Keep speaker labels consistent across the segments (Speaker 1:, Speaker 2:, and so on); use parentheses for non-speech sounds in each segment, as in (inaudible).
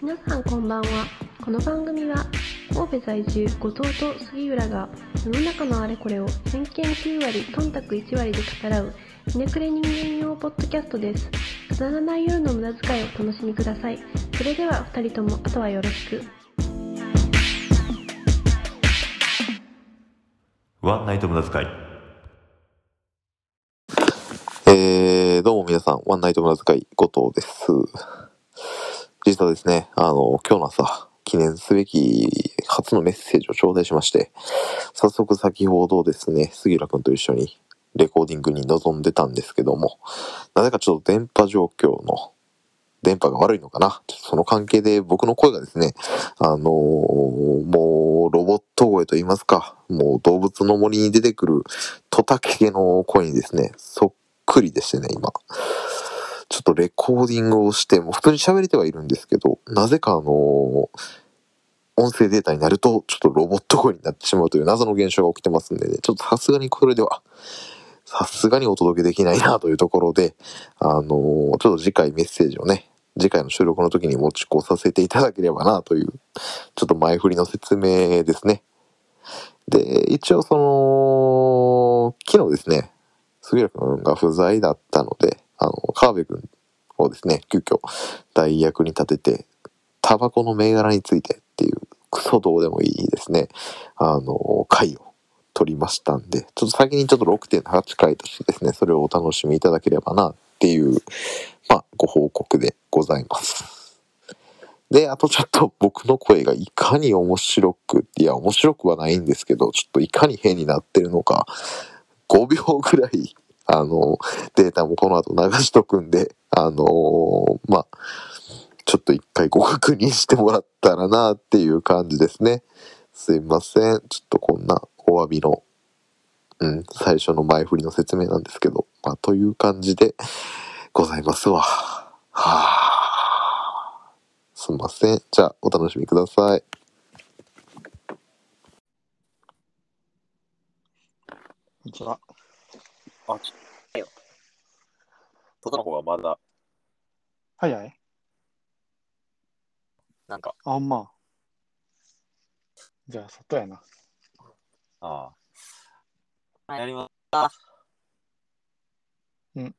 Speaker 1: 皆さんこんばんはこの番組は神戸在住後藤と杉浦が世の中のあれこれを偏見9割忖度1割で語らうひねくれ人間用ポッドキャストですくだらない夜の無駄遣いをお楽しみくださいそれでは2人ともあとはよろしく
Speaker 2: ワンナイト無駄遣い。
Speaker 3: えー、どうも皆さん、ワンナイト無駄遣い、後藤です。実はですね、あの、今日の朝、記念すべき初のメッセージを頂戴しまして、早速先ほどですね、杉浦くんと一緒にレコーディングに臨んでたんですけども、なぜかちょっと電波状況の、電波が悪いのかなちょっとその関係で僕の声がですね、あのーもうロボット声と言いますか、もう動物の森に出てくるトタケゲの声にですね、そっくりでしてね、今。ちょっとレコーディングをして、もう普通に喋れてはいるんですけど、なぜかあのー音声データになると、ちょっとロボット声になってしまうという謎の現象が起きてますんでね、ちょっとさすがにこれでは、さすがにお届けできないなというところで、あのーちょっと次回メッセージをね、次回の収録の時に持ち越させていただければなという、ちょっと前振りの説明ですね。で、一応その、昨日ですね、杉浦君が不在だったので、あの、川辺君をですね、急遽代役に立てて、タバコの銘柄についてっていう、クソどうでもいいですね、あの、回を取りましたんで、ちょっと先にちょっと6.8回としてですね、それをお楽しみいただければなっていう、まあ、ご報告でございます。で、あとちょっと僕の声がいかに面白く、いや、面白くはないんですけど、ちょっといかに変になってるのか、5秒ぐらい、 (laughs) あの、データもこの後流しとくんで、あのまあ、ちょっと一回ご確認してもらったらなっていう感じですね。すいません。ちょっとこんなお詫びの、うん、最初の前振りの説明なんですけど、まあ、という感じでございますわ。はあ。すいません。じゃあ、お楽しみください。
Speaker 4: こんにちは。
Speaker 2: あ、ちょトトの方がまだ、
Speaker 4: 早い
Speaker 2: なんか、
Speaker 4: あ、ほんまあ。じゃあ、外やな。
Speaker 2: ああ。やりま
Speaker 4: うん。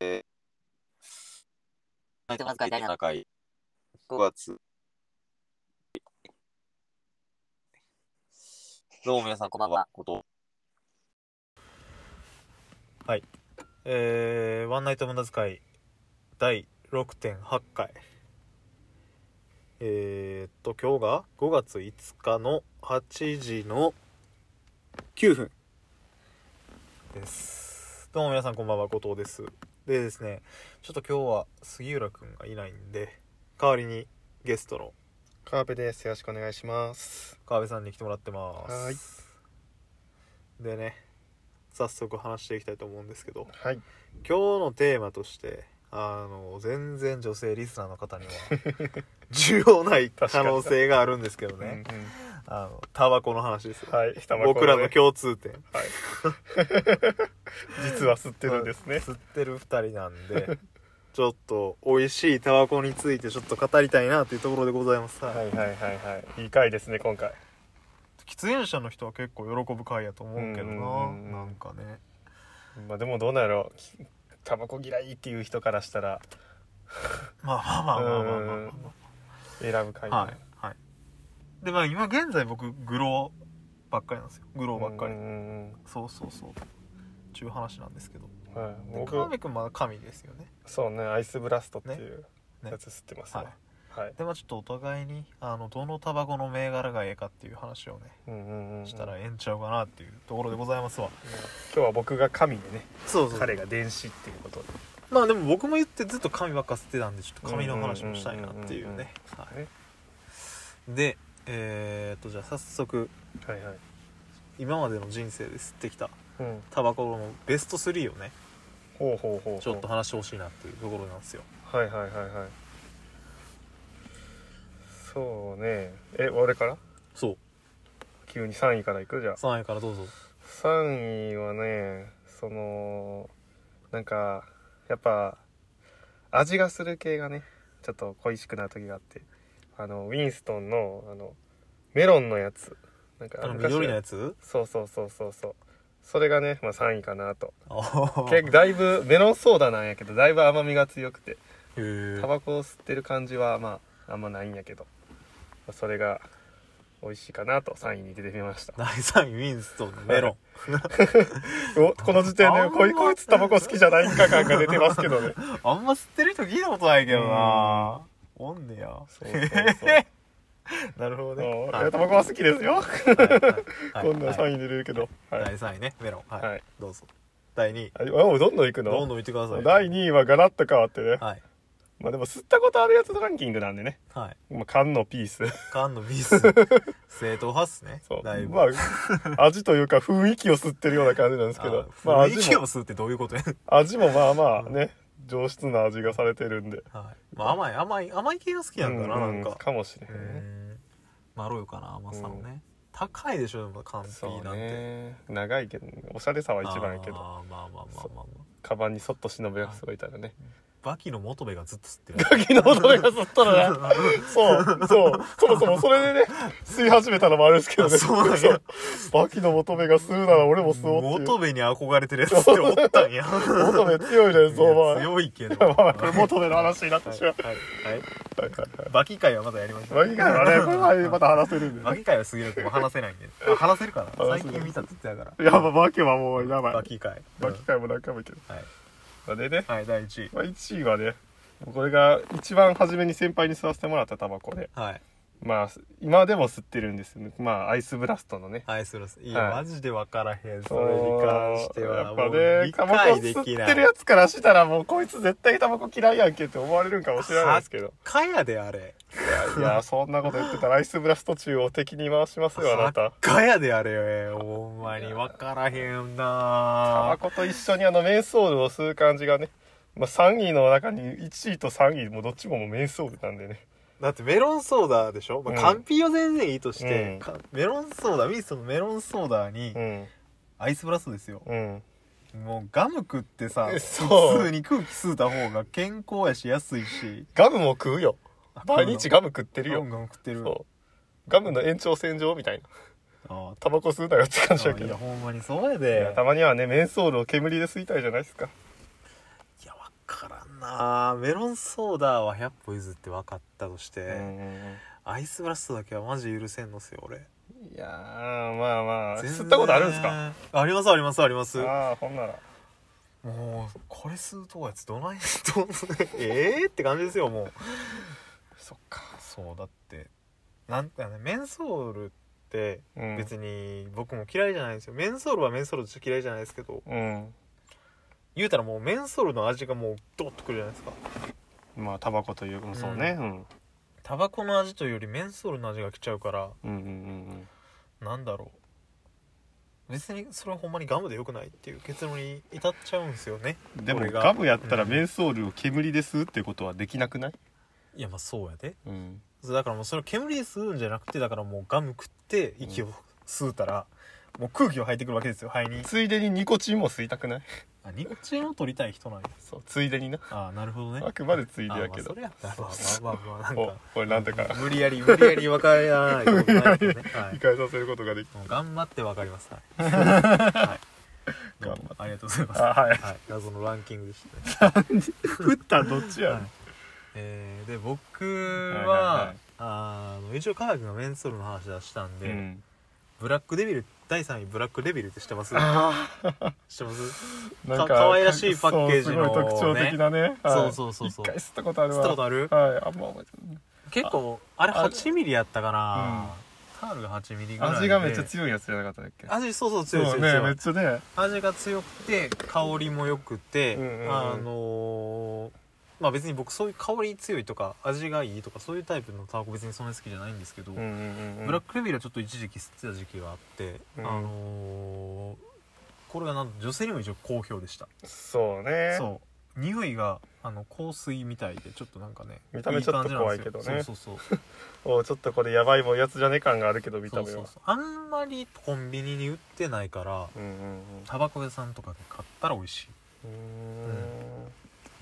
Speaker 2: えー、7回、5月。どうも皆さん、こんばんは。こと
Speaker 5: はい。えー、ワンナイト無駄遣い第6.8回。えーっと、今日が5月5日の8時の9分です。どうも皆さんこんばんは、後藤です。でですね、ちょっと今日は杉浦くんがいないんで、代わりにゲストの
Speaker 6: 川辺ですよろしくお願いします
Speaker 5: 川辺さんに来てもらってます。
Speaker 6: はー
Speaker 5: でね、早速話していきたいと思うんですけど、
Speaker 6: はい
Speaker 5: 今日のテーマとしてあの全然女性リスナーの方には需要ない可能性があるんですけどね、あのタバコの話ですよ、
Speaker 6: はいタバコね
Speaker 5: 僕らの共通点
Speaker 6: はい実は吸ってるんですね
Speaker 5: 吸ってる2人なんで (laughs) ちょっと美味しいタバコについてちょっと語りたいなというところでございます、
Speaker 6: は
Speaker 5: はい
Speaker 6: いはいはいはいいい回ですね今回
Speaker 5: 喫煙者の人は結構喜ぶ回やと思うけど
Speaker 6: うん
Speaker 5: な
Speaker 6: うんうん
Speaker 5: なんかね
Speaker 6: まあでもどうなんやろうきタバコ嫌いっていう人からしたら
Speaker 5: まあまあまあまあまあまあ、まあ
Speaker 6: 選ぶ回
Speaker 5: はいはいでまあ今現在僕グローばっかりなんですよグローばっかり
Speaker 6: うんうん
Speaker 5: そうそうそうちゅう話なんですけど
Speaker 6: うんはい
Speaker 5: で
Speaker 6: 僕
Speaker 5: 川辺君まだ神ですよね
Speaker 6: そうねアイスブラストっていう
Speaker 5: ね
Speaker 6: やつ吸ってますね
Speaker 5: はい
Speaker 6: はい
Speaker 5: でまあちょっとお互いにあのどのタバコの銘柄がええかっていう話をね
Speaker 6: うんうんうん
Speaker 5: したら
Speaker 6: うん
Speaker 5: ええんちゃうかなっていうところでございますわ、
Speaker 6: 今日は僕が神でね
Speaker 5: そうそう
Speaker 6: 彼が電子っていうことで
Speaker 5: まあでも僕も言ってずっと神ばっか吸ってたんでちょっと神の話もしたいなっていう
Speaker 6: うんうんうんうんうん
Speaker 5: ねは
Speaker 6: ね
Speaker 5: いでえー、っとじゃあ早速
Speaker 6: はいはい
Speaker 5: 今までの人生で吸ってきた
Speaker 6: うん
Speaker 5: タバコのベスト3をね
Speaker 6: ほうほうほうほう
Speaker 5: ちょっと話してほしいなっていうところなんですよ
Speaker 6: はいはいはいはいそうねえ俺から
Speaker 5: そう
Speaker 6: 急に3位からいくじゃあ
Speaker 5: 3位からどうぞ
Speaker 6: 3位はねそのなんかやっぱ味がする系がねちょっと恋しくなる時があってあのウィンストンのあのメロンのやつなんか
Speaker 5: あの
Speaker 6: 昔
Speaker 5: 緑のやつ
Speaker 6: そうそうそうそうそうそれがね、まあ、3位かなと
Speaker 5: あー
Speaker 6: 結構だいぶメロンソーダなんやけどだいぶ甘みが強くて
Speaker 5: へー
Speaker 6: タバコを吸ってる感じはまああんまないんやけどまあそれが美味しいかなと3位に出てみました
Speaker 5: 第3位ウィンストンのメロン
Speaker 6: おこの時点
Speaker 5: あ
Speaker 6: で
Speaker 5: んま
Speaker 6: こいこいつタバコ好きじゃないんか感が出てます
Speaker 5: (laughs)
Speaker 6: けどね
Speaker 5: あんま吸ってる人聞いたことないけどなおんねや
Speaker 6: そう
Speaker 5: (laughs)
Speaker 6: そうそう
Speaker 5: なるほど
Speaker 6: も
Speaker 5: ね
Speaker 6: う
Speaker 5: はい
Speaker 6: いやタバコは好きです
Speaker 5: は
Speaker 6: よ
Speaker 5: い
Speaker 6: こんな
Speaker 5: はい
Speaker 6: 3位に出れるけどはい、
Speaker 5: 第3位ねメロン
Speaker 6: は
Speaker 5: はいいどうぞ第2位
Speaker 6: あもうどんどんいくの
Speaker 5: どんどん見てください
Speaker 6: 第2位はガラッと変わってね、
Speaker 5: はい
Speaker 6: まあでも吸ったことあるやつランキングなんでね、
Speaker 5: はい
Speaker 6: まあ、缶のピース
Speaker 5: 缶のビ
Speaker 6: (laughs)
Speaker 5: ス正統派っすね
Speaker 6: そう
Speaker 5: だいぶ
Speaker 6: まあ味というか雰囲気を吸ってるような感じなんですけどまあ
Speaker 5: あ
Speaker 6: 味
Speaker 5: 息を
Speaker 6: も
Speaker 5: 吸うってどういうことや
Speaker 6: 味もまあまあね、上質な味がされてるんで (laughs)
Speaker 5: はいまあ甘い甘い甘い系が好きなんかな
Speaker 6: う
Speaker 5: なん
Speaker 6: うん
Speaker 5: んか
Speaker 6: かもしれ
Speaker 5: う
Speaker 6: へんね
Speaker 5: んまろよかな甘さもね高いでしょでも缶ピ
Speaker 6: そ
Speaker 5: ー
Speaker 6: う
Speaker 5: なんて
Speaker 6: ね長いけどねおしゃれさは一番やけど
Speaker 5: あーまあまあまあまあまあ
Speaker 6: カバンにそっと忍びがすごいたらね
Speaker 5: バキの元部がずっと吸ってる
Speaker 6: ガキの音が吸ったらねそうそうそもそもそれでね吸い始めたのもあるんですけどね
Speaker 5: あそうなんや
Speaker 6: そうバキの求めがするなら俺も吸おうっていう
Speaker 5: 元部に憧れてるやつっておったん
Speaker 6: (laughs)
Speaker 5: や
Speaker 6: 求め強いねそうまあ
Speaker 5: 強いけど
Speaker 6: まあ (laughs) これ求めの話になってしまう
Speaker 5: はいはい
Speaker 6: はいはいはい
Speaker 5: バキ会はまだやりましょ
Speaker 6: バ
Speaker 5: う
Speaker 6: キからねこれはまた話せるんで
Speaker 5: バ
Speaker 6: ね
Speaker 5: キ会は杉浦君も話せない
Speaker 6: (laughs)
Speaker 5: んであ話せるかな最
Speaker 6: 話せる
Speaker 5: 近見たって言ってたか
Speaker 6: いやまあバキはもうやば
Speaker 5: ら
Speaker 6: い
Speaker 5: バキ会
Speaker 6: バキ会も何回もいける
Speaker 5: はい
Speaker 6: まあでね
Speaker 5: はい第1位
Speaker 6: まあ1位はねこれが一番初めに先輩に吸わせてもらったタバコで
Speaker 5: はい
Speaker 6: まあ今でも吸ってるんですよねまあアイスブラストのね
Speaker 5: はいそれい
Speaker 6: は
Speaker 5: や
Speaker 6: い
Speaker 5: マジで分からへんそれに関して
Speaker 6: や
Speaker 5: は
Speaker 6: っ
Speaker 5: も
Speaker 6: ぱ
Speaker 5: う
Speaker 6: ね
Speaker 5: 理
Speaker 6: タバコ
Speaker 5: 解でき
Speaker 6: 吸
Speaker 5: な
Speaker 6: っ
Speaker 5: い
Speaker 6: てるやつからしたらもうこいつ絶対タバコ嫌いやんけって思われるんかもしれないで
Speaker 5: (laughs)
Speaker 6: すけど
Speaker 5: かやであれ
Speaker 6: いやそんなこと言ってたらアイスブラスト中を敵に回しますよあなた
Speaker 5: かやであれよほんまに分からへん
Speaker 6: タ
Speaker 5: な
Speaker 6: バコと一緒にあのメンソールを吸う感じがねまあ、3位の中に1位と3位もどっちももうメンソールなんでね
Speaker 5: だってメロンソーダでしょ、まあ
Speaker 6: うん
Speaker 5: カンピーは全然いいとして、
Speaker 6: うん
Speaker 5: かメロンソーダウィンストンのメロンソーダに
Speaker 6: うん
Speaker 5: アイスブラストですよ、
Speaker 6: うん
Speaker 5: もうガム食ってさ
Speaker 6: えそう
Speaker 5: 普通に空気吸うた方が健康やし安いし
Speaker 6: ガムも食うよ毎日ガム食ってる
Speaker 5: ガ
Speaker 6: よ
Speaker 5: ムガム食ってる
Speaker 6: そうガムの延長線上みたいな
Speaker 5: あ
Speaker 6: タバコ吸うなよって感じや
Speaker 5: あ
Speaker 6: け
Speaker 5: い
Speaker 6: ど
Speaker 5: やほんまにそうや
Speaker 6: いや
Speaker 5: で
Speaker 6: たまにはねメンソールを煙で吸いたいじゃないですか
Speaker 5: いや分からんなメロンソーダは100歩譲って分かったとして、アイスブラストだけはマジ許せんのっすよ俺
Speaker 6: いやーまあまあ
Speaker 5: 全然
Speaker 6: 吸ったことあるんですか
Speaker 5: ありますありますあります
Speaker 6: ああほんなら
Speaker 5: もうこれ吸うとこやつどないどん (laughs) ええって感じですよもうそっかそうだってなんかねメンソールって
Speaker 6: うん
Speaker 5: 別に僕も嫌いじゃないんですよ、メンソールはメンソールとして嫌いじゃないですけど
Speaker 6: うん
Speaker 5: 言うたらもうメンソールの味がもうドッとくるじゃないですか
Speaker 6: まあタバコというかそうねうん
Speaker 5: タバコの味というよりメンソールの味が来ちゃうから
Speaker 6: うんうん
Speaker 5: なんだろう別にそれはほんまにガムでよくないっていう結論に至っちゃうんですよね
Speaker 6: うんでも
Speaker 5: 俺が
Speaker 6: ガムやったら
Speaker 5: うん
Speaker 6: メンソールを煙で吸うってことはできなくない
Speaker 5: いやまあそうやで
Speaker 6: うん
Speaker 5: そうだからもうそれ煙で吸うんじゃなくてだからもうガム食って息を吸うたら、もう空気を吐いてくるわけですよ肺に
Speaker 6: ついでにニコチンも吸いたくない
Speaker 5: あニコチンを取りたい人なんや
Speaker 6: (laughs) そうついでにな
Speaker 5: ああなるほどね
Speaker 6: あくまでつい
Speaker 5: あ
Speaker 6: でやけ
Speaker 5: ま
Speaker 6: ど
Speaker 5: あそれやったらまあまあまあまあなん
Speaker 6: お
Speaker 5: か
Speaker 6: これなんとか
Speaker 5: 無理やり無理やり分からないってことないですよね、はい
Speaker 6: 理、解させることができ
Speaker 5: もう頑張って分かりますはい、はい、どうもありがとうございます
Speaker 6: あはい
Speaker 5: はい、謎のランキングでしたね
Speaker 6: 振ったどっちや
Speaker 5: はいえーで僕は,、
Speaker 6: はいはいはい
Speaker 5: あの一応川君がメンソールの話出したんで、
Speaker 6: うん
Speaker 5: ブラックデビル第3位ブラックデビルって知ってます知って
Speaker 6: あ
Speaker 5: ます
Speaker 6: あなん
Speaker 5: か可愛らしいパッケージの
Speaker 6: そうすごい特徴的なねはい
Speaker 5: そうそうそうそう
Speaker 6: 一回吸ったことある
Speaker 5: 知
Speaker 6: わ
Speaker 5: ったことある
Speaker 6: はいあんま覚えてない
Speaker 5: 結構あれ
Speaker 6: あ
Speaker 5: 8ミリやったかな、タールが8ミリぐらいで
Speaker 6: 味がめっちゃ強いやつじゃなかったっけ
Speaker 5: 味そうそう強い
Speaker 6: そ
Speaker 5: 強
Speaker 6: う
Speaker 5: い
Speaker 6: ね
Speaker 5: 強
Speaker 6: めっ
Speaker 5: い
Speaker 6: ちゃね
Speaker 5: 味が強くて香りも良くて、
Speaker 6: うんうんうん
Speaker 5: あのーまあ別に僕そういう香り強いとか味がいいとかそういうタイプのタバコ別にそんなに好きじゃないんですけど、ブ
Speaker 6: ブ
Speaker 5: ラックレビルはちょっと一時期吸ってた時期があって、
Speaker 6: うん
Speaker 5: あのーこれがなんと女性にも一応好評でした
Speaker 6: そうね
Speaker 5: そう匂いがあの香水みたいでちょっとなんかね
Speaker 6: 見た目ちょっと怖いけど
Speaker 5: 感
Speaker 6: ね
Speaker 5: じなんですよそうそうそう
Speaker 6: おちょっとこれやばいもんやつじゃねえ感があるけど見
Speaker 5: そ
Speaker 6: た
Speaker 5: う
Speaker 6: 目
Speaker 5: そう
Speaker 6: は
Speaker 5: そうあんまりコンビニに売ってないから
Speaker 6: うんうん
Speaker 5: タバコ屋さんとかで買ったら美味しい
Speaker 6: うんうーん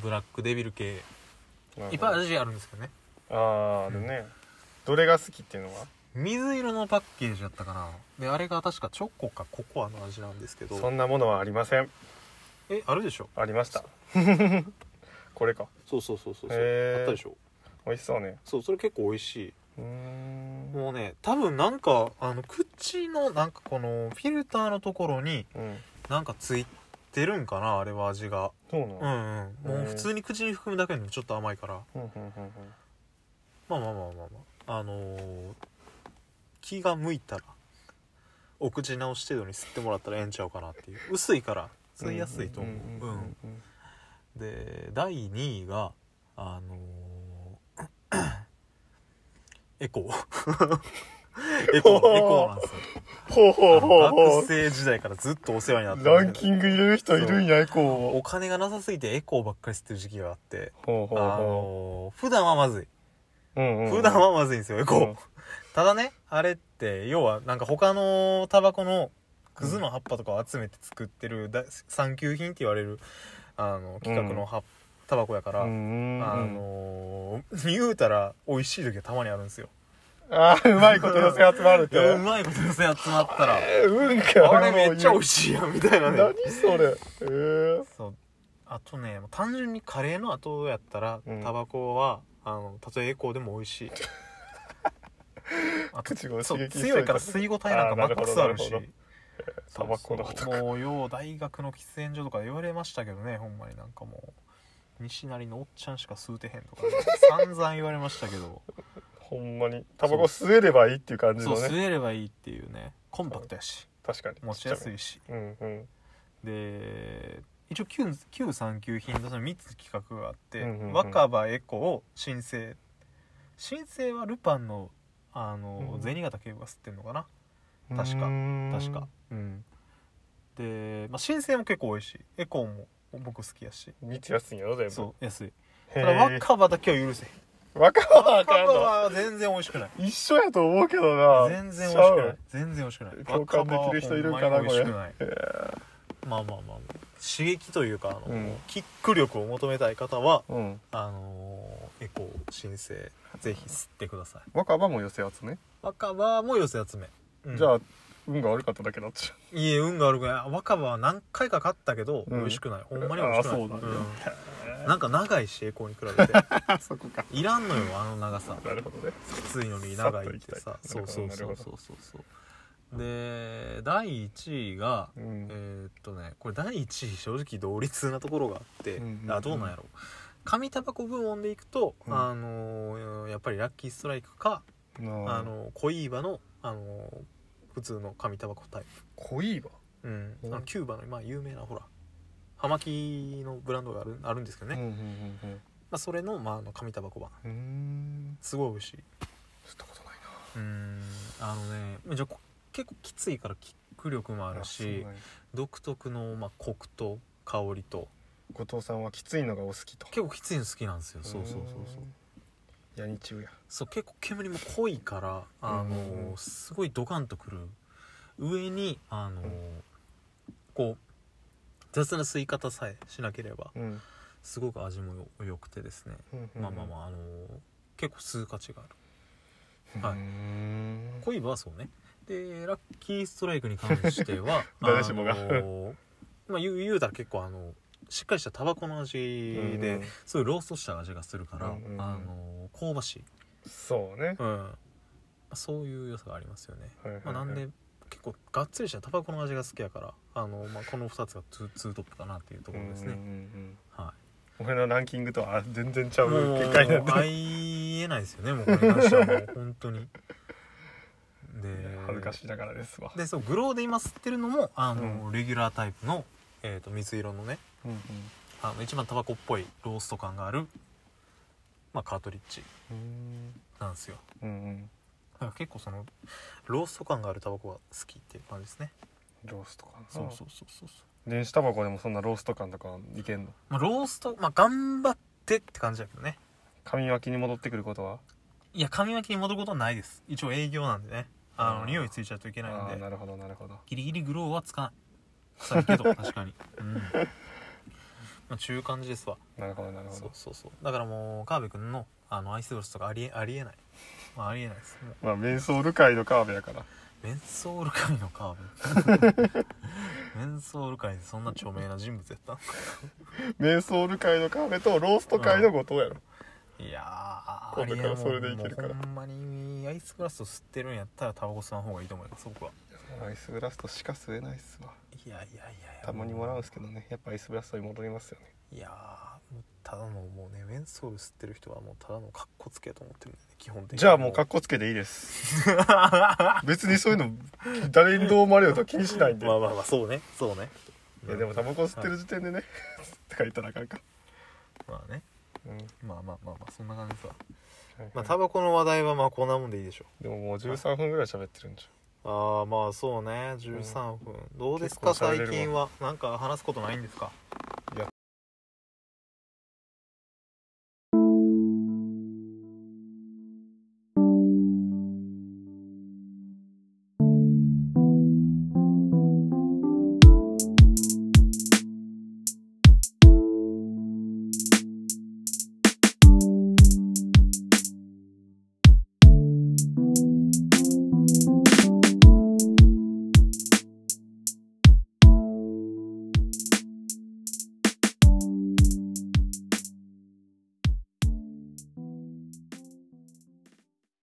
Speaker 5: ブラックデビル系
Speaker 6: い
Speaker 5: いっぱい味あるんですけどね
Speaker 6: ああでもねどれが好きっていうのは
Speaker 5: 水色のパッケージだったかなであれが確かチョコかココアの味なんですけ
Speaker 6: そ
Speaker 5: ど
Speaker 6: んなものはありません
Speaker 5: えあるでしょ
Speaker 6: ありました (laughs) これか
Speaker 5: そうそうそうそうそう
Speaker 6: へー
Speaker 5: あったでしょ
Speaker 6: 美味しそうね
Speaker 5: そうそれ結構美味しいう
Speaker 6: ーん
Speaker 5: もうね多分なんかあの口のなんかこのフィルターのところに
Speaker 6: うん
Speaker 5: なんかついてるんかなあれは味が
Speaker 6: そうな
Speaker 5: う
Speaker 6: の
Speaker 5: んうんもう普通に口に含むだけでもちょっと甘いから
Speaker 6: うんうんうん
Speaker 5: まあまあまあまあまああのー気が向いたらお口直し程度に吸ってもらったらええんちゃうかなっていう薄いから吸いやすいと思ううん
Speaker 6: うん
Speaker 5: で第2位があのー (coughs) エコー (laughs) エコーエコーなんですよ
Speaker 6: ほうほうほうほ
Speaker 5: 学生時代からずっとお世話になって
Speaker 6: う
Speaker 5: る
Speaker 6: ランキング入れる人いるんやエコーを
Speaker 5: お金がなさすぎてエコーばっかり吸ってる時期があって、
Speaker 6: ほうほう
Speaker 5: あ
Speaker 6: ほ
Speaker 5: のー普段はまずい。
Speaker 6: ううんうん
Speaker 5: 普段はまずいんですよ、エコー。
Speaker 6: うん
Speaker 5: ただね、あれって、要はなんか他のタバコのクズの葉っぱとかを集めて作ってる、だ産休品って言われる、あの、企画の葉、タバコやから、
Speaker 6: うんうんうん
Speaker 5: あのー言うたら美味しい時はたまにあるんですよ。
Speaker 6: あーうまいこと寄せ集まるって
Speaker 5: うまいこと寄せ集まったら、
Speaker 6: えうんか
Speaker 5: あれめっちゃ美味
Speaker 6: しい
Speaker 5: しいやん、みたいなね。
Speaker 6: 何それえー
Speaker 5: そうあとね単純にカレーの後やったら
Speaker 6: うん
Speaker 5: タバコはあのたとえエコーでも美味しいあと
Speaker 6: 口を刺激
Speaker 5: そう
Speaker 6: しといた
Speaker 5: 強いから水ご体なんかマックスあるし
Speaker 6: あーなるほどなる
Speaker 5: そう
Speaker 6: タバコの後
Speaker 5: そうもうよう大学の喫煙所とか言われましたけどねほんまになんかもう西成のおっちゃんしか吸うてへん
Speaker 6: (laughs)
Speaker 5: とか、ね、散々言われましたけど
Speaker 6: ほんまにタバコ吸えればいいっていう感じ
Speaker 5: そう
Speaker 6: のね
Speaker 5: 吸えればいいっていうねコンパクトやし
Speaker 6: 確かに
Speaker 5: 持ちやすいし
Speaker 6: うんうん
Speaker 5: で一応旧旧産休品とその3つ企画があって、
Speaker 6: うんうんうん
Speaker 5: 若葉エコを申請申請はルパンのあの、
Speaker 6: うん
Speaker 5: 銭形警部が吸ってんのかな確か
Speaker 6: うーん
Speaker 5: 確かうんで、まあ、申請も結構多いしエコーも僕好きやし
Speaker 6: 道安いんやろ全部
Speaker 5: そう安い
Speaker 6: へ
Speaker 5: た
Speaker 6: ー
Speaker 5: だ若葉だけは許せへん
Speaker 6: 若葉はあ
Speaker 5: 若
Speaker 6: かん
Speaker 5: 葉
Speaker 6: の
Speaker 5: は全然美味しくない
Speaker 6: 一緒やと思うけどな
Speaker 5: 全然
Speaker 6: ち
Speaker 5: 美味
Speaker 6: ゃ
Speaker 5: し
Speaker 6: う
Speaker 5: くない全然美味しくない
Speaker 6: 共感できる人いるんかな
Speaker 5: 若葉はほんまに美味しくない
Speaker 6: これ
Speaker 5: まあまあまあ刺激というかあの、
Speaker 6: うん
Speaker 5: キック力を求めたい方は
Speaker 6: うん
Speaker 5: あのーエコー申請ぜひ吸ってください
Speaker 6: 若葉も寄せ集め
Speaker 5: 若葉も寄せ集め、うん
Speaker 6: じゃあ運が悪かっただけだっちゃ
Speaker 5: いえ運があるぐらい若葉は何回か買ったけど、
Speaker 6: うん
Speaker 5: 美味しくないほんまに美味しくない
Speaker 6: あーそうなん
Speaker 5: うんなんか長いしエコーに比べて
Speaker 6: あそこか
Speaker 5: いらんのよあの長さ
Speaker 6: なるほどね
Speaker 5: きついのに長いって
Speaker 6: さ
Speaker 5: さ
Speaker 6: っと
Speaker 5: そ
Speaker 6: 行
Speaker 5: う
Speaker 6: きた
Speaker 5: そう
Speaker 6: い
Speaker 5: そうそうそうそうで第1位が
Speaker 6: うん
Speaker 5: えーっとねこれ第1位正直同率なところがあって、
Speaker 6: うんうんうん
Speaker 5: あどうなんやろ紙タバコ部門でいくと、
Speaker 6: うん
Speaker 5: あのーやっぱりラッキーストライクか、あの恋バの、あのー普通の紙タバコタイ
Speaker 6: 恋は
Speaker 5: プ、うん
Speaker 6: うん
Speaker 5: あのキューバの、まあ、有名なほら葉巻のブランドがあるあるんですけどね、
Speaker 6: うん
Speaker 5: ま
Speaker 6: うんうん
Speaker 5: あ、それの,、まああの紙タバコ版
Speaker 6: うんうーん
Speaker 5: すごい美味しい
Speaker 6: 吸ったことないな
Speaker 5: うんあのねじゃあこ結構きついからキック力もある
Speaker 6: そう
Speaker 5: し
Speaker 6: なんや
Speaker 5: 独特の、まあ、コクと香りと
Speaker 6: 後藤さんはきついのがお好きと
Speaker 5: 結構きついの好きなんですよそうそうそうそう
Speaker 6: うヤニ中や
Speaker 5: そう結構煙も濃いからあの、
Speaker 6: うんうん
Speaker 5: すごいドカンとくる上にあの、
Speaker 6: うん
Speaker 5: こう雑な吸い方さえしなければ
Speaker 6: うん
Speaker 5: すごく味もよ良くてですね、まあまあまああの結構吸う価値がある
Speaker 6: あ
Speaker 5: あ
Speaker 6: は
Speaker 5: はいい恋はそうねでラッキーストライクに関しては
Speaker 6: (laughs) 誰しもが
Speaker 5: あのまあ言う言うたら結構あのしっかりしたタバコの味で、そういうローストした味がするから、
Speaker 6: うんうんうん
Speaker 5: あの香ばしい
Speaker 6: そうね
Speaker 5: うんまあそういう良さがありますよね、
Speaker 6: はいはいはい
Speaker 5: まあ、なんで結構がっつりしたタバコの味が好きやからあの、まあ、この2つがツーツートップかなっていうところです
Speaker 6: うん
Speaker 5: ね
Speaker 6: う、ん
Speaker 5: は
Speaker 6: うん俺のランキングとは全然ちゃ
Speaker 5: い、
Speaker 6: う
Speaker 5: もう
Speaker 6: 結果になって
Speaker 5: ありえないですよねもうこれに関してはもう本当に
Speaker 6: (laughs)
Speaker 5: で
Speaker 6: 恥ずかしいながらですわ
Speaker 5: でそうグローで今吸ってるのもあの、レギュラータイプの、えー、と水色のね
Speaker 6: うんうん
Speaker 5: あの一番タバコっぽいロースト感がある、まあ、カートリッジなんですよ
Speaker 6: うんうん
Speaker 5: だから結構そのロースト感があるタバコが好きっていう感じですね
Speaker 6: ローストかな
Speaker 5: そうそうそうそうそう
Speaker 6: 電子タバコでもそんなロースト感とかいけんの
Speaker 5: まあ、ローストまあ頑張ってって感じだけどね
Speaker 6: 紙巻きに戻ってくることはい
Speaker 5: や紙巻きに戻ることはないです一応営業なんでねあ
Speaker 6: あ
Speaker 5: の
Speaker 6: ー
Speaker 5: 匂いついちゃうといけない
Speaker 6: ああ
Speaker 5: んで
Speaker 6: なるほどなるほど
Speaker 5: (laughs) ギリギリグローはつかない臭いけど確かに、うんままあ、中間じですわ
Speaker 6: なるほどなるほ
Speaker 5: そう
Speaker 6: ど
Speaker 5: そうそうだからもう川辺君のあのアイスブロスとかありえありえない、まあ、ありえないですもう
Speaker 6: まあ瞑想ル界のカーブ
Speaker 5: (laughs)
Speaker 6: やから
Speaker 5: メンソール界の川辺 (laughs) メンソール界でそんな著名な人物やった
Speaker 6: 瞑想ル界のカーブとロースト界の後藤やろ、
Speaker 5: いやーあ
Speaker 6: 今
Speaker 5: りえな
Speaker 6: 度から
Speaker 5: いも
Speaker 6: それ
Speaker 5: ん
Speaker 6: でいけるから
Speaker 5: もうほんまにアイスブラスト吸ってるんやったらタバコ吸わん方がいいと思います僕は
Speaker 6: アイスブラストしか吸えないっすわ
Speaker 5: いやいやいやいや
Speaker 6: たまにもらうんすけどねやっぱアイスブラストに戻りますよね
Speaker 5: いやーもうただのもうねメンソール吸ってる人はもうただのカッコつけやと思ってるんで、ね、基本的に
Speaker 6: じゃあもうカッコつけでいいです
Speaker 5: (laughs)
Speaker 6: 別にそういうの誰にどう思われようと気にしないんで、
Speaker 5: まあまあまあそうねそうね
Speaker 6: いやでもタバコ吸ってる時点でね (laughs) とか言ったらあかんか、
Speaker 5: まあね
Speaker 6: うん
Speaker 5: まあまあまあまあそんな感じさ
Speaker 6: はいはい
Speaker 5: まあタバコの話題はまあこんなもんでいいでしょ
Speaker 6: でももう13分ぐらい喋ってるんじ
Speaker 5: うああまあそうね13分、どうですか
Speaker 6: 結構喋れる
Speaker 5: 最
Speaker 6: わ
Speaker 5: 近はなんか話すことないんですか
Speaker 6: ゃ